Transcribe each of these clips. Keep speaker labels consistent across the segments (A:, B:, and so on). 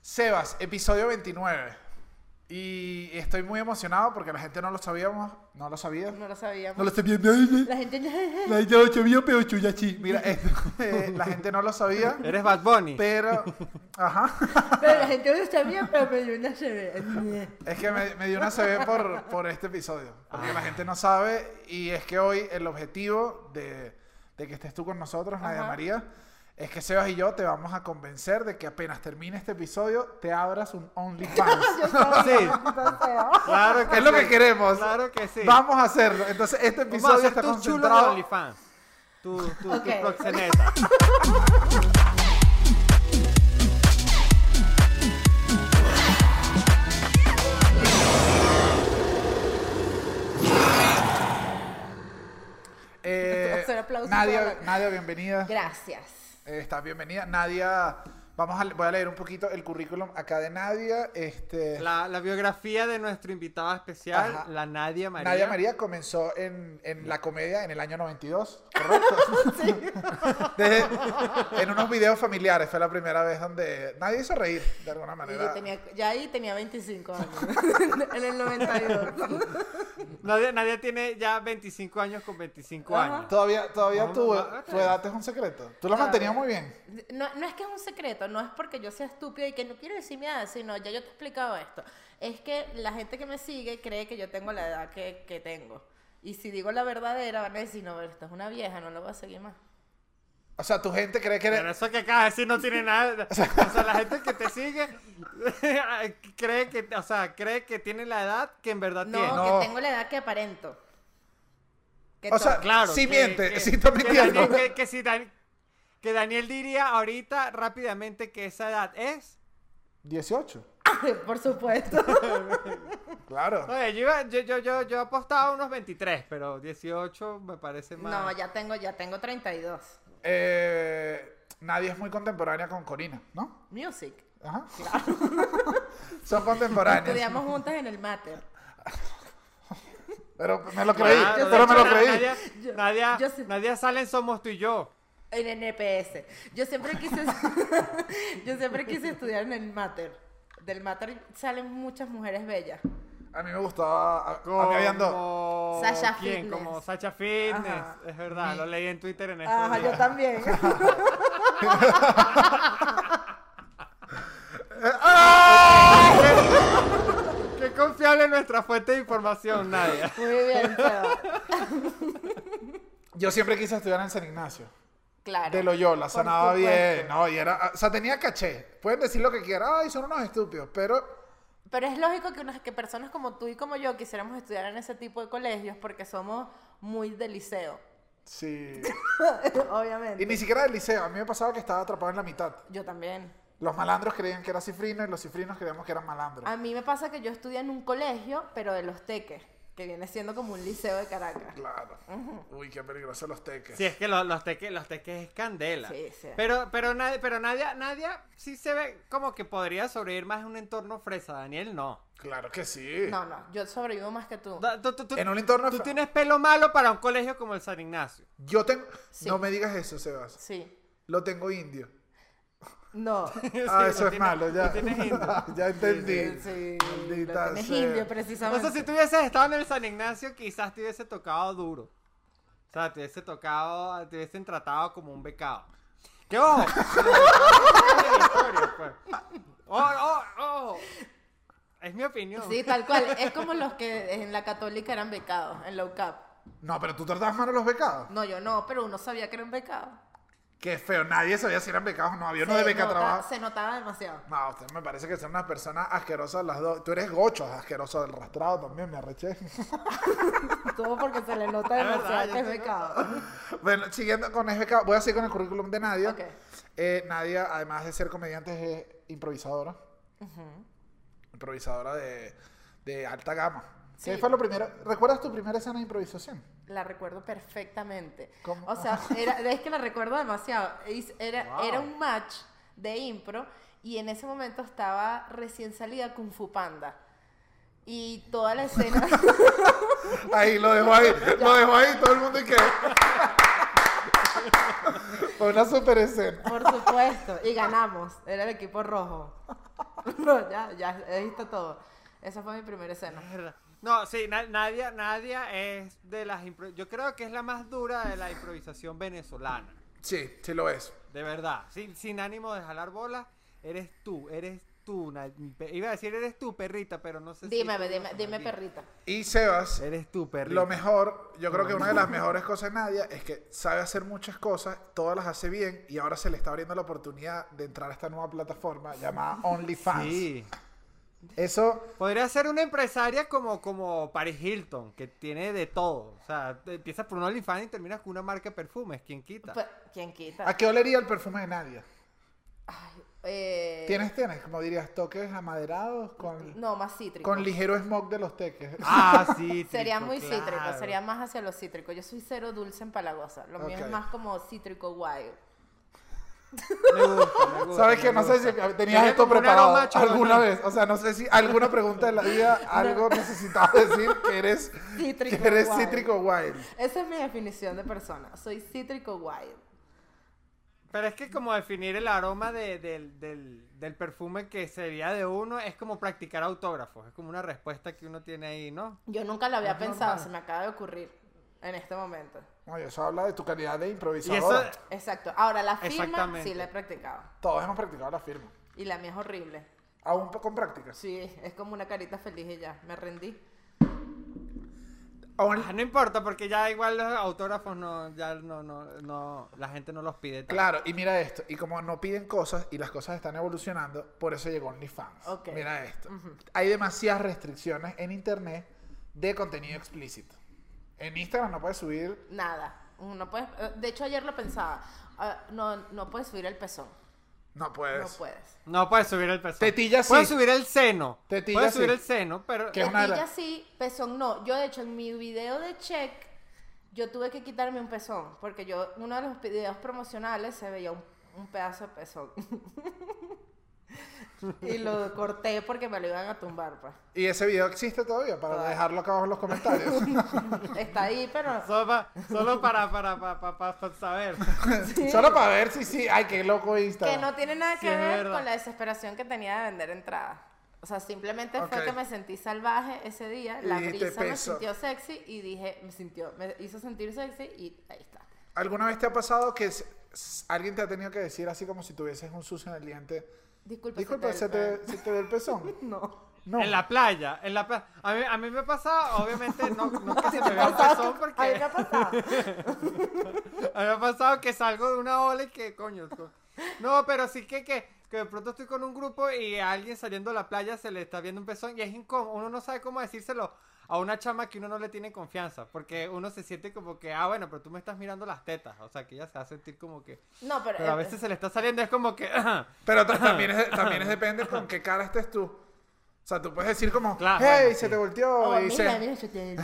A: Sebas, episodio 29. Y estoy muy emocionado porque la gente no lo sabíamos, no lo sabía.
B: No lo sabíamos.
A: No lo sabía. La
B: La gente ya.
A: gente no lo sabía, pero chuyachi. Mira, esto, eh, la gente no lo sabía,
C: Eres Bad Bunny.
A: pero... Ajá.
B: Pero la gente no lo sabía, pero me dio una CV.
A: Es que me, me dio una CB por, por este episodio. Porque
C: Ah.
A: la gente no sabe. Y es que hoy el objetivo de, de que estés tú con nosotros, Nadia
B: Ajá.
A: María, es que Sebas y yo te vamos a convencer de que apenas termine este episodio, te abras un OnlyFans.
C: Sí,
B: Entonces,
C: claro que
A: es lo
C: sí.
A: que queremos.
C: Claro que sí.
A: Vamos a hacerlo. Entonces, este
C: Vamos a
A: episodio
C: hacer
A: está
C: tus chulos de
A: concentrado.
C: OnlyFans. Tu, tu, tu
B: Ok.
C: proxeneta.
A: Eh,
B: Hacer aplausos
A: Nadia,
B: para la-
A: Nadia, bienvenida.
B: Gracias.
A: Eh, estás bienvenida. Nadia, vamos a, voy a leer un poquito el currículum acá de Nadia. Este,
C: La, la biografía de nuestro invitado especial,
A: Ajá.
C: la Nadia María.
A: Nadia María comenzó en, en la comedia en el año 92, ¿correcto? Desde- en unos videos familiares fue la primera vez donde nadie hizo reír, de alguna
B: Y
A: manera.
B: yo tenía, ya ahí tenía 25 años. en el 92.
C: Nadia, Nadia tiene ya 25 años con 25
B: Ajá.
C: años.
A: Todavía, todavía
C: No,
A: tu,
C: no,
A: tu edad es un secreto. Tú la
B: Claro.
A: mantenías muy bien.
B: No, no es que es un secreto, no es porque yo sea estúpida y que no quiero decir mi edad, sino ya yo te he explicado esto. Es que la gente que me sigue cree que yo tengo la edad que, que tengo. Y si digo la verdadera, van a decir, no, pero esta es una vieja, no la voy a seguir más.
A: O sea, tu gente cree que
C: Pero
A: eres...
C: eso que acabas de decir no tiene nada. O sea, la gente que te sigue cree que, o sea, cree que tiene la edad que en verdad
B: No,
C: tiene.
A: No.
B: que tengo la edad que aparento. Que
A: O sea,
B: to-
C: Claro.
A: Sí
C: que-
A: miente,
C: que-
A: sí está
C: que
A: mintiendo.
C: Daniel- que, que si Dan- que Daniel diría ahorita rápidamente que esa edad es.
A: 18.
B: por supuesto.
A: Claro.
C: Oye, yo, iba- yo, yo, yo, yo apostaba unos 23, pero 18 me parece más.
B: No, ya tengo, ya tengo 32.
A: Eh, nadie es muy contemporánea con Corina, ¿no?
B: Music.
A: Ajá. Son contemporáneos.
B: Estudiamos juntas en el mater.
A: Pero me lo
C: Ah,
A: creí,
C: de
A: pero me lo
C: hecho, na-
A: creí.
C: Nadia,
B: Yo-
C: Nadia,
B: yo sí.
C: Nadia sale en Somos tú y yo.
B: En NPS. Yo siempre quise yo siempre quise estudiar en el mater. Del mater salen muchas mujeres bellas.
A: A mí me gustaba... A, a mí habían dos.
C: Como-
B: Sasha
C: ¿quién?
B: Fitness.
C: Como Sasha Fitness.
B: Ajá.
C: Es verdad, lo leí en Twitter en estos
B: Ajá, yo
C: días.
B: también.
C: Qué confiable nuestra fuente de información, Nadia.
B: Muy bien, Seba.
A: Yo siempre quise estudiar en San Ignacio.
B: Claro.
A: De Loyola,
B: Por
A: sanaba
B: supuesto.
A: bien, ¿no? Y era, o sea, tenía caché. Pueden decir lo que quieran, ay, son unos estúpidos, pero
B: Pero es lógico que, unas, que personas como tú y como yo quisiéramos estudiar en ese tipo de colegios porque somos muy de liceo.
A: sí.
B: Obviamente.
A: Y ni siquiera del liceo, a mí me pasaba que estaba atrapado en la mitad.
B: Yo también.
A: Los malandros creían que era cifrino y los cifrinos creíamos que eran malandros.
C: Pues.
B: A mí me pasa que yo estudié en un colegio, pero de los teques, que viene siendo como un liceo de Caracas.
A: Claro. Uy, qué peligrosos los teques.
C: Sí, es que lo- los, teques, los teques es candela.
B: Sí, sí.
C: Pero, pero, Nadia, pero Nadia, Nadia sí se ve como que podría sobrevivir más en un entorno fresa. Daniel no.
A: Claro que sí.
B: No, no, yo sobrevivo más que tú.
C: Da- tú- tú- tú-
A: En un entorno
C: Tú
A: fra-
C: tienes pelo malo para un colegio como el San Ignacio.
A: Yo tengo...
B: Sí.
A: No me digas eso, Sebas.
B: Sí.
A: Lo tengo indio.
B: No.
A: ah,
C: lo
A: eso es
C: tienes-
A: malo, ya.
C: lo tienes indio.
A: ya entendí.
B: Sí.
A: Maldita
B: lo tienes
A: sea.
B: indio,
C: O
B: precisamente.
C: sea, si tú hubieses estado en el San Ignacio, quizás te hubiese tocado duro. O sea, te hubiese tocado, te hubiesen tratado como un becado. ¡Qué ojo! Es mi historia, pues. ¡Oh, oh, oh! Es mi opinión.
B: Sí, tal cual. Es como los que en la católica eran becados, en la UCAP.
A: No, pero tú tratabas mal a los becados.
B: No, yo no, pero uno sabía que eran becados.
A: Qué feo, nadie sabía si eran becados o no. Había uno
B: Se
A: de beca
B: nota-
A: trabajo.
B: Se notaba demasiado.
A: No, usted me parece que son unas personas asquerosas las dos. Tú eres gocho, asqueroso del rastrado también, me arreché.
B: Todo porque se le nota
C: Es verdad,
B: demasiado
C: yo
B: que es
C: sé.
B: becado.
A: bueno, siguiendo con es becado, voy a seguir con el currículum de Nadia.
B: Ok.
A: Eh, Nadia, además de ser comediante, es eh, improvisadora. Improvisadora de, de alta gama. ¿Qué
B: Sí.
A: fue lo primero? ¿Recuerdas tu primera escena de improvisación?
B: La recuerdo perfectamente.
A: ¿Cómo?
B: O sea, era, es que la recuerdo demasiado. Es- Era,
C: Wow.
B: era un match de impro y en ese momento estaba recién salida Kung Fu Panda. Y toda la escena...
A: Ahí, lo dejo ahí, lo dejo ahí, todo el mundo y que... fue una super escena.
B: Por supuesto, y ganamos, era el equipo rojo. No, ya, ya, ahí está todo. Esa fue mi primera escena.
C: Mierda. No, sí, na- Nadia, Nadia es de las... impro- Yo creo que es la más dura de la improvisación venezolana.
A: Sí, sí lo es.
C: De verdad, sin, sin ánimo de jalar bolas, eres tú, eres tú. na- mi pe- Iba a decir eres tú, perrita, pero no sé
B: Dime,
C: si... tú
B: dime,
C: ibas a
B: dime,
C: maldita.
B: perrita.
A: Y Sebas,
C: Eres tú, perrita.
A: lo mejor, yo creo que una de las mejores cosas de Nadia es que sabe hacer muchas cosas, todas las hace bien y ahora se le está abriendo la oportunidad de entrar a esta nueva plataforma llamada OnlyFans.
C: Sí.
A: Eso,
C: Podría ser una empresaria como, como Paris Hilton, que tiene de todo. O sea, te- empiezas por un OnlyFans y terminas con una marca de perfumes. ¿Quién quita?
B: Pe- Pues, ¿Quién quita?
A: ¿a qué olería el perfume de Nadia?
B: Eh,
A: ¿Tienes, tienes, como dirías, toques amaderados con,
B: No, más cítrico.
A: con ligero smoke de los teques?
C: Ah, sí.
B: Sería
C: trico,
B: muy cítrico,
C: claro.
B: sería más hacia lo cítrico. Yo soy cero dulce empalagosa. Lo mío
A: Ok.
B: es más como cítrico guay.
C: Me gusta, me gusta,
A: ¿Sabes qué?
C: me
A: No sé si
C: gusta.
A: tenías
C: Tiene
A: esto
C: como un
A: preparado
C: aroma chocotón.
A: alguna vez. O sea, no sé si alguna pregunta de la vida, algo necesitabas decir que eres
B: Cítrico
A: que eres
B: wild.
A: cítrico wild.
B: Esa es mi definición de persona. Soy cítrico guay.
C: Pero es que como definir el aroma de- del, del- del perfume que sería de uno es como practicar autógrafos. Es como una respuesta que uno tiene ahí, ¿no?
B: Yo nunca lo había
C: Es
B: pensado,
C: normal.
B: se me acaba de ocurrir en este momento.
A: Oye, eso habla de tu calidad de
C: Y eso,
A: improvisador.
B: Exacto. Ahora, la firma
C: Exactamente.
B: sí la he practicado.
A: Todos hemos practicado la firma.
B: Y la mía es horrible.
A: Aún po- con prácticas.
B: Sí, es como una carita feliz y ya, me rendí.
A: Aún-
C: ah, no importa, porque ya igual los autógrafos no, ya no, no, no, la gente no los pide. tanto.
A: claro, y mira esto. Y como no piden cosas y las cosas están evolucionando, por eso llegó OnlyFans.
B: Ok.
A: Mira esto. Hay demasiadas restricciones en internet de contenido explícito. En Instagram no puedes subir.
B: Nada. No puedes, eh, de hecho, ayer lo pensaba. Ah, no, no puedes subir el pezón.
A: No puedes.
B: No puedes.
C: No puedes subir el pezón.
A: Tetilla sí.
C: Puedes subir el seno.
A: Tetilla
C: puedes subir
A: sí.
C: el seno, pero...
A: Que es una de
B: Tetilla
A: las-
B: Eh, sí, pezón no. Yo, de hecho, en mi video de check, yo tuve que quitarme un pezón. Porque yo, uno de los videos promocionales se veía un, un pedazo de pezón. y lo corté porque me lo iban a tumbar, pues.
A: Y ese video existe todavía, para
B: Todavía.
A: dejarlo acá abajo en los comentarios.
B: Está ahí, pero.
C: Solo, pa- solo para, para, para, para, para saber.
A: Solo para ver si sí. Ay, qué loco
B: Que
A: Instagram.
B: no tiene nada
C: Sí,
B: que
C: es
B: ver
C: verdad.
B: con la desesperación que tenía de vender entradas. O sea, simplemente
A: Ok.
B: fue que me sentí salvaje ese día. La
A: Y te
B: brisa me
A: pesó.
B: sintió sexy y dije, me sintió, me hizo sentir sexy y ahí está.
A: ¿Alguna vez te ha pasado que s- s- alguien te ha tenido que decir así como si tuvieses un sucio en el diente?
B: Disculpa, eh,
A: Disculpa, se
B: ve el
A: te, se te ve el pezón.
B: pelo. No.
A: No.
C: En la playa, en la playa. A mí, a mí me pasa, obviamente, no, no que se me vea el pezón porque...
B: Ay, ¿qué ha pasado?
C: A mí me ha pasado que salgo de una ola y que coño. co- No, pero sí que, que, que de pronto estoy con un grupo y a alguien saliendo a la playa se le está viendo un pezón y es incómodo. Uno no sabe cómo decírselo a una chama que uno no le tiene confianza. Porque uno se siente como que, ah, bueno, pero tú me estás mirando las tetas. O sea, que ella se va a sentir como que.
B: No, pero,
C: Pero a
B: eh,
C: veces se le está saliendo, es como que.
A: Pero ta- también, es, también es depende con qué cara estés tú. O sea, tú puedes decir como,
C: Claro,
A: hey,
C: bueno,
A: se
C: sí.
A: te volteó.
B: oh,
A: y
B: mira,
A: se...
B: mira, yo te- yo-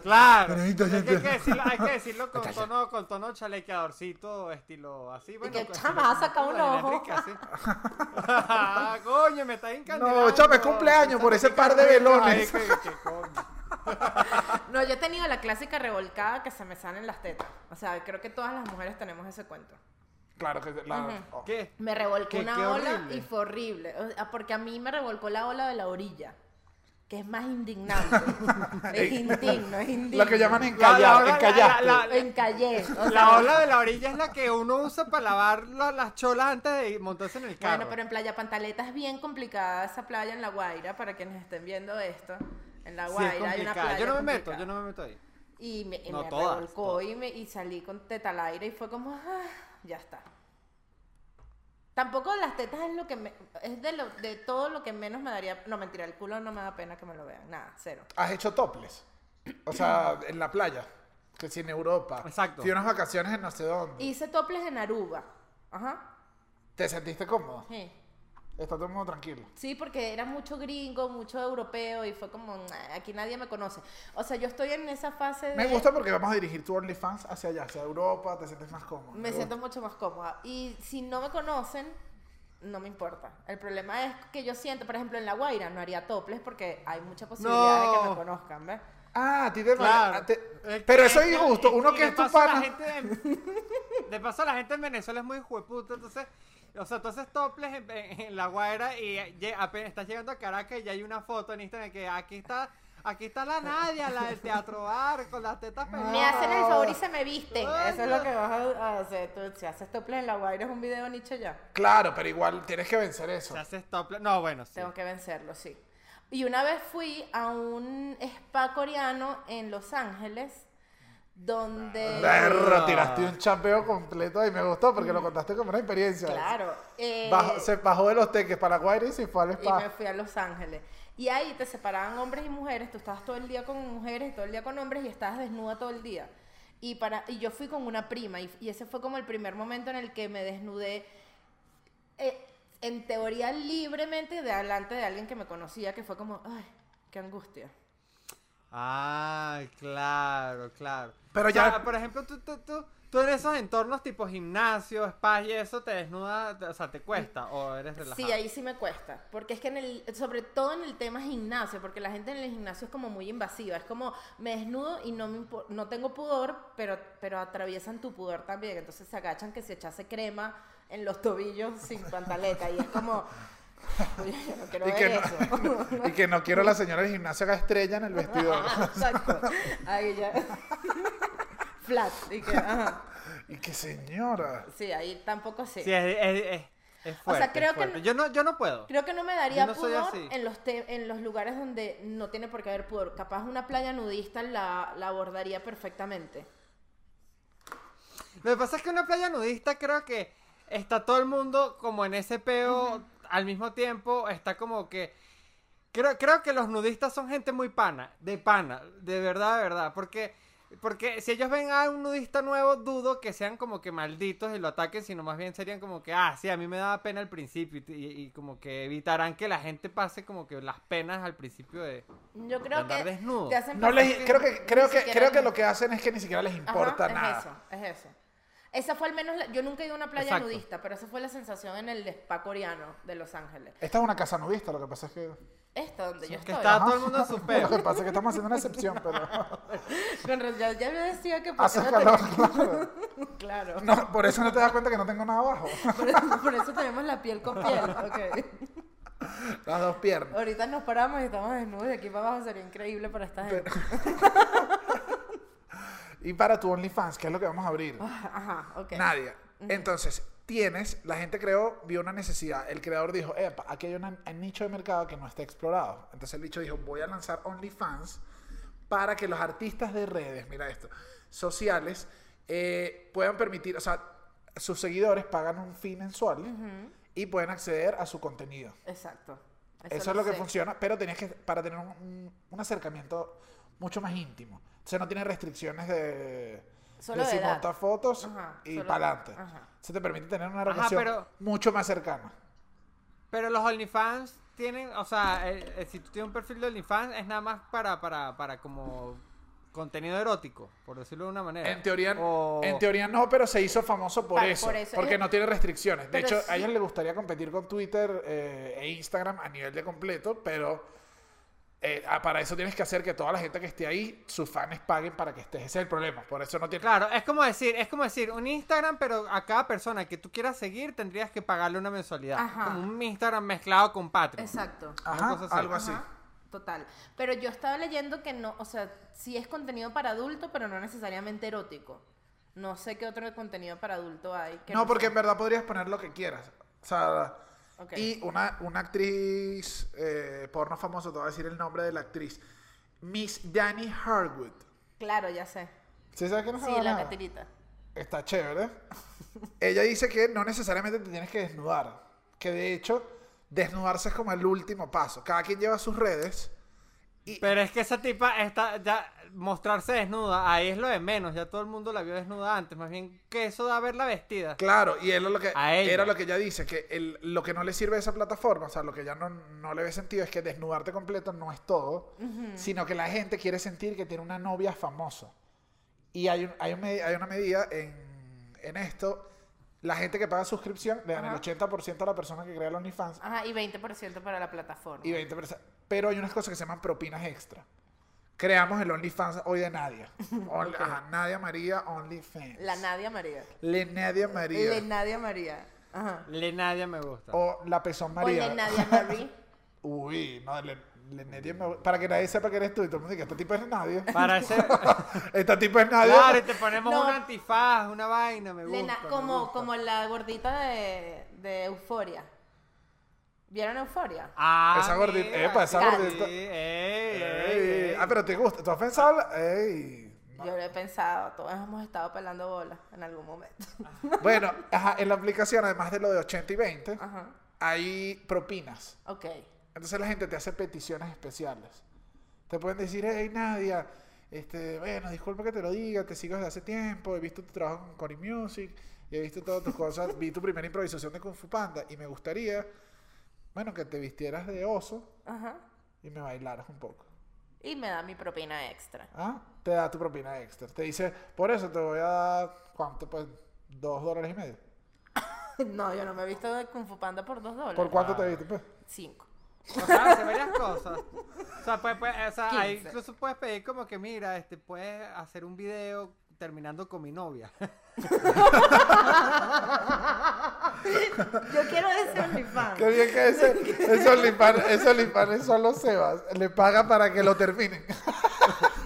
C: Claro.
A: Pero ahí está,
C: Es que
A: ya
C: hay,
A: está.
C: que decirlo, hay que decirlo con tono, con tono chalequeadorcito, estilo así. Bueno,
B: que,
C: con
B: chama,
C: estilo
B: ha sacado un
C: como Daniel
B: ojo.
C: Enrique, así. coño, me está encantando.
A: No, chama, es cumpleaños por ese par de velones.
B: No, yo he tenido la clásica revolcada que se me salen las tetas. O sea, creo que todas las mujeres tenemos ese cuento.
A: Claro que la- oh.
C: ¿Qué?
B: Me revolcó
C: Qué-
B: una
C: qué
B: ola
C: horrible.
B: y fue horrible. O sea, porque a mí me revolcó la ola de la orilla, que es más indignante. es indigno, es indigno.
A: Lo que llaman
C: La-
A: encallar,
C: la-
A: encallar.
C: la- la-
B: Encallé. o sea,
C: La ola de la orilla es la que uno usa para lavar la- las cholas antes de montarse en el carro.
B: Bueno, pero en Playa Pantaleta es bien complicada esa playa en La Guaira, para quienes estén viendo esto. En La
C: Sí, es
B: Guaira hay una
C: complicada.
B: playa
C: Yo no me
B: complicada.
C: meto, yo no me meto ahí.
B: Y me, y
C: No,
B: me
C: todas,
B: revolcó
C: todas.
B: Y, me, y salí con teta al aire y fue como, "Ah, ya está. Tampoco las tetas es lo que me, es de, lo, de todo lo que menos me daría, no mentira, el culo no me da pena que me lo vean, nada, cero.
A: Has hecho toples. O sea, en la playa. Que si en Europa.
C: Exacto.
A: Fui unas vacaciones en no sé dónde.
B: Hice toples en Aruba, ajá,
A: ¿Te sentiste cómodo?
B: sí.
A: Está todo el mundo tranquilo.
B: Sí, porque era mucho gringo, mucho europeo y fue como, "Nah, aquí nadie me conoce. O sea, yo estoy en esa fase de...
A: Me gusta porque vamos a dirigir tu OnlyFans hacia allá, hacia Europa, te sientes más cómodo.
B: Me siento mucho más cómoda. Y si no me conocen, no me importa. El problema es que yo siento, por ejemplo, en La Guaira no haría toples porque hay mucha posibilidad de que me
C: No.
B: conozcan, ¿ves?
A: Ah, a ti te
C: Claro.
A: ah, te-
C: Es
A: Pero
C: que-
A: eso es
C: que-
A: injusto.
C: y-
A: Uno
C: y
A: que
C: de
A: es tu
C: paso la
A: pana.
C: gente en- De paso, la gente en Venezuela es muy jueputa, entonces O sea, tú haces toples en, en- en La Guaira y lle- apenas estás llegando a Caracas y ya hay una foto en Instagram que aquí está, aquí está la Nadia, la del Teatro Bar, con las tetas peladas.
B: Me hacen el favor y se me visten.
C: Ay,
B: Eso es
C: no.
B: lo que vas a a hacer. Tú, si haces toples en la guaira es un video nicho ya.
A: Claro, pero igual tienes que vencer eso.
C: Se haces toples. No, bueno, sí.
B: Tengo que vencerlo, sí. Y una vez fui a un spa coreano en Los Ángeles, donde...
C: Ah.
A: Berro, tiraste un chapeo completo y me gustó porque lo contaste como una experiencia.
B: Claro. eh,
A: Bajó- se bajó de los teques para la Guaira y se fue al
B: y me
A: spa.
B: fui a Los Ángeles. Y ahí te separaban hombres y mujeres, tú estabas todo el día con mujeres, todo el día con hombres y estabas desnuda todo el día. Y, para, y yo fui con una prima y, y ese fue como el primer momento en el que me desnudé, eh, en teoría libremente, delante de alguien que me conocía, que fue como, ay, qué angustia.
C: Ah, claro, claro.
A: Pero
C: O sea,
A: ya-
C: por ejemplo, tú, tú, tú, tú en esos entornos tipo gimnasio, spa y eso, te desnudas, o sea, te cuesta o eres relajado.
B: Sí, ahí sí me cuesta, porque es que en el, sobre todo en el tema gimnasio, porque la gente en el gimnasio es como muy invasiva, es como me desnudo y no me impo- no tengo pudor, pero pero atraviesan tu pudor también, entonces se agachan que se echase crema en los tobillos sin pantaleta y es como "Oye, yo no quiero
A: Y
B: ver
A: que,
B: eso.
A: no, y que no quiero a la señora del gimnasio que estrella en el vestidor.
B: Ah, Exacto. Ahí ya. Flat. Y que, ajá.
A: y que señora.
B: Sí, ahí tampoco sé.
C: Sí, es, es, es, es
B: O sea,
C: fuerte.
B: creo
C: es
B: que
C: fuerte.
B: no-
C: Yo, no, yo no puedo.
B: Creo que no me daría
C: no soy
B: pudor
C: así.
B: en los, te- en los lugares donde no tiene por qué haber pudor. Capaz una playa nudista la, la abordaría perfectamente.
C: Lo que pasa es que una playa nudista creo que está todo el mundo como en ese peo al mismo tiempo, está como que... Creo, creo que los nudistas son gente muy pana, de pana, de verdad, de verdad, porque... Porque si ellos ven a un nudista nuevo, dudo que sean como que malditos y lo ataquen, sino más bien serían como que, ah, sí, a mí me daba pena al principio y, y- y como que evitarán que la gente pase como que las penas al principio de...
B: Yo creo
C: andar
B: que
C: desnudo.
B: te hacen
A: No
B: pasar
A: les, creo que, creo
B: ni
A: que,
B: siquiera
A: creo que
B: ni-
A: lo que hacen es que ni siquiera les
B: Ajá,
A: importa
B: es
A: nada.
B: eso, es eso. Esa fue al menos, la- yo nunca he ido a una playa
C: Exacto.
B: nudista, pero esa fue la sensación en el spa coreano de Los Ángeles.
A: Esta es una casa nudista, lo que pasa es que.
B: Esta donde yo
C: Que
B: estoy.
C: está todo el mundo en su
A: Lo
C: peo.
A: que pasa es que estamos haciendo una excepción, pero.
B: Con razón, ya, ya yo decía que por
A: Hace
B: qué no
A: calor,
B: tenía-
A: claro.
B: Claro.
A: No, por eso no te das cuenta que no tengo nada abajo.
B: Por, eso, por eso tenemos la piel con piel. ok.
A: Las dos piernas.
B: Ahorita nos paramos y estamos desnudos y aquí para abajo sería increíble para esta gente.
A: Y para tu OnlyFans, que es lo que vamos a abrir.
B: Ajá, ok.
A: Nadie. Entonces, tienes, la gente creó, vio una necesidad. El creador dijo, epa, aquí hay una- un nicho de mercado que no está explorado. Entonces el nicho dijo, voy a lanzar OnlyFans para que los artistas de redes, mira esto, sociales, eh, puedan permitir, o sea, sus seguidores pagan un fin mensual y pueden acceder a su contenido.
B: Exacto.
A: Eso, es lo que
B: sé.
A: funciona, pero tenías que, para tener un- un, un acercamiento mucho más íntimo. O sea, no tiene restricciones de,
B: Solo
A: de
B: de
A: si
B: edad.
A: montas fotos
B: Ajá,
A: y
B: solo-
A: para adelante.
B: ajá.
A: Se te permite tener una
C: Ajá,
A: relación
C: pero-
A: mucho más cercana.
C: Pero los OnlyFans tienen, o sea, eh, eh, si tú tienes un perfil de OnlyFans es nada más para, para, para como contenido erótico, por decirlo de una manera.
A: En teoría,
C: O-
A: en teoría no, pero se hizo famoso por,
B: Pa-
A: eso,
B: por eso.
A: Porque
B: Es-
A: no tiene restricciones. De
B: pero
A: hecho,
B: sí.
A: a ellos les gustaría competir con Twitter eh, e Instagram a nivel de completo, pero eh, ah, para eso tienes que hacer que toda la gente que esté ahí, sus fans paguen para que estés. Ese es el problema. Por eso no tiene.
C: Claro, es como decir, es como decir, un Instagram, pero a cada persona que tú quieras seguir tendrías que pagarle una mensualidad.
B: Ajá.
C: Como un Instagram mezclado con Patreon.
B: Exacto.
A: Ajá,
C: cosa así.
A: algo así.
B: Ajá, Total. Pero yo estaba leyendo que no, o sea, sí es contenido para adulto, pero no necesariamente erótico. No sé qué otro contenido para adulto hay. que
A: No, porque
B: sea-
A: en verdad podrías poner lo que quieras. O sea,
B: Ok.
A: y una, una actriz eh, porno famosa, te voy a decir el nombre de la actriz. Miss Danny Harwood.
B: Claro, ya sé.
A: ¿Sí sabes quién es
B: Sí,
A: esa
B: la
A: vaina?
B: catirita.
A: Está chévere. Ella dice que no necesariamente te tienes que desnudar. Que de hecho, desnudarse es como el último paso. Cada quien lleva sus redes. Y,
C: Pero es que esa tipa está ya mostrarse desnuda, ahí es lo de menos, ya todo el mundo la vio desnuda antes, más bien que eso da verla vestida.
A: Claro, y él lo que,
C: A ella.
A: era lo que ella dice, que el- lo que no le sirve a esa plataforma, o sea, lo que ya no, no le ve sentido es que desnudarte completo no es todo, sino que la gente quiere sentir que tiene una novia famosa. Y hay, un- hay, un me- hay una medida en, en esto, la gente que paga suscripción le dan
B: Ajá.
A: el 80% a la persona que crea el OnlyFans
B: Ajá, y 20% para la plataforma.
A: y 20%. Pero hay unas cosas que se llaman propinas extra. Creamos el OnlyFans hoy de Nadia. Only- Ajá, Nadia María OnlyFans.
B: La Nadia María.
A: Le Nadia María.
B: La Nadia María. Ajá.
C: Le Nadia me gusta.
A: O la pezón María.
B: Ponle Nadia Marie.
A: Uy, no, le, le- nadie me- para que nadie sepa que eres tú. Y todo el mundo diga, este tipo es nadie.
C: Para ese.
A: este tipo es nadie.
C: claro, y te ponemos
B: No.
C: un antifaz, una vaina, me gusta.
B: Lena-
C: me
B: como,
C: gusta.
B: como la gordita de, de Euforia. ¿Vieron Euforia?
C: Ah,
A: Esa gordita-
C: mira,
A: epa, esa
C: sí,
A: gordita.
C: ey, ey,
A: Ey,
C: ey.
A: Ah, pero te gusta. ¿Tú has pensado? Ey. no.
B: Yo lo he pensado, todos hemos estado pelando bolas en algún momento.
A: Bueno, ajá, en la aplicación, además de lo de 80 y 20,
B: Ajá.
A: hay propinas.
B: Ok.
A: Entonces la gente te hace peticiones especiales. Te pueden decir, hey Nadia, este, bueno, disculpa que te lo diga, te sigo desde hace tiempo, he visto tu trabajo con Cory Music, y he visto todas tus cosas, vi tu primera improvisación de Kung Fu Panda, y me gustaría, bueno, que te vistieras de oso
B: Ajá.
A: y me bailaras un poco.
B: Y me da mi propina extra.
A: ¿Ah? Te da tu propina extra. Te dice, por eso te voy a dar, ¿cuánto? Pues, dos dólares y medio.
B: no, yo no me he visto de Kung Fu Panda por dos dólares.
A: ¿Por cuánto te viste? Pues?
B: Cinco.
C: O sea, hace varias cosas. O sea, pues, pues, o sea, ahí
B: 15.
C: incluso puedes pedir como que, mira, este, puedes hacer un video terminando con mi novia.
B: Yo quiero decir mi fan.
A: Qué bien que ese, ese OnlyFans ese OnlyFans es solo Sebas. Le paga para que lo terminen.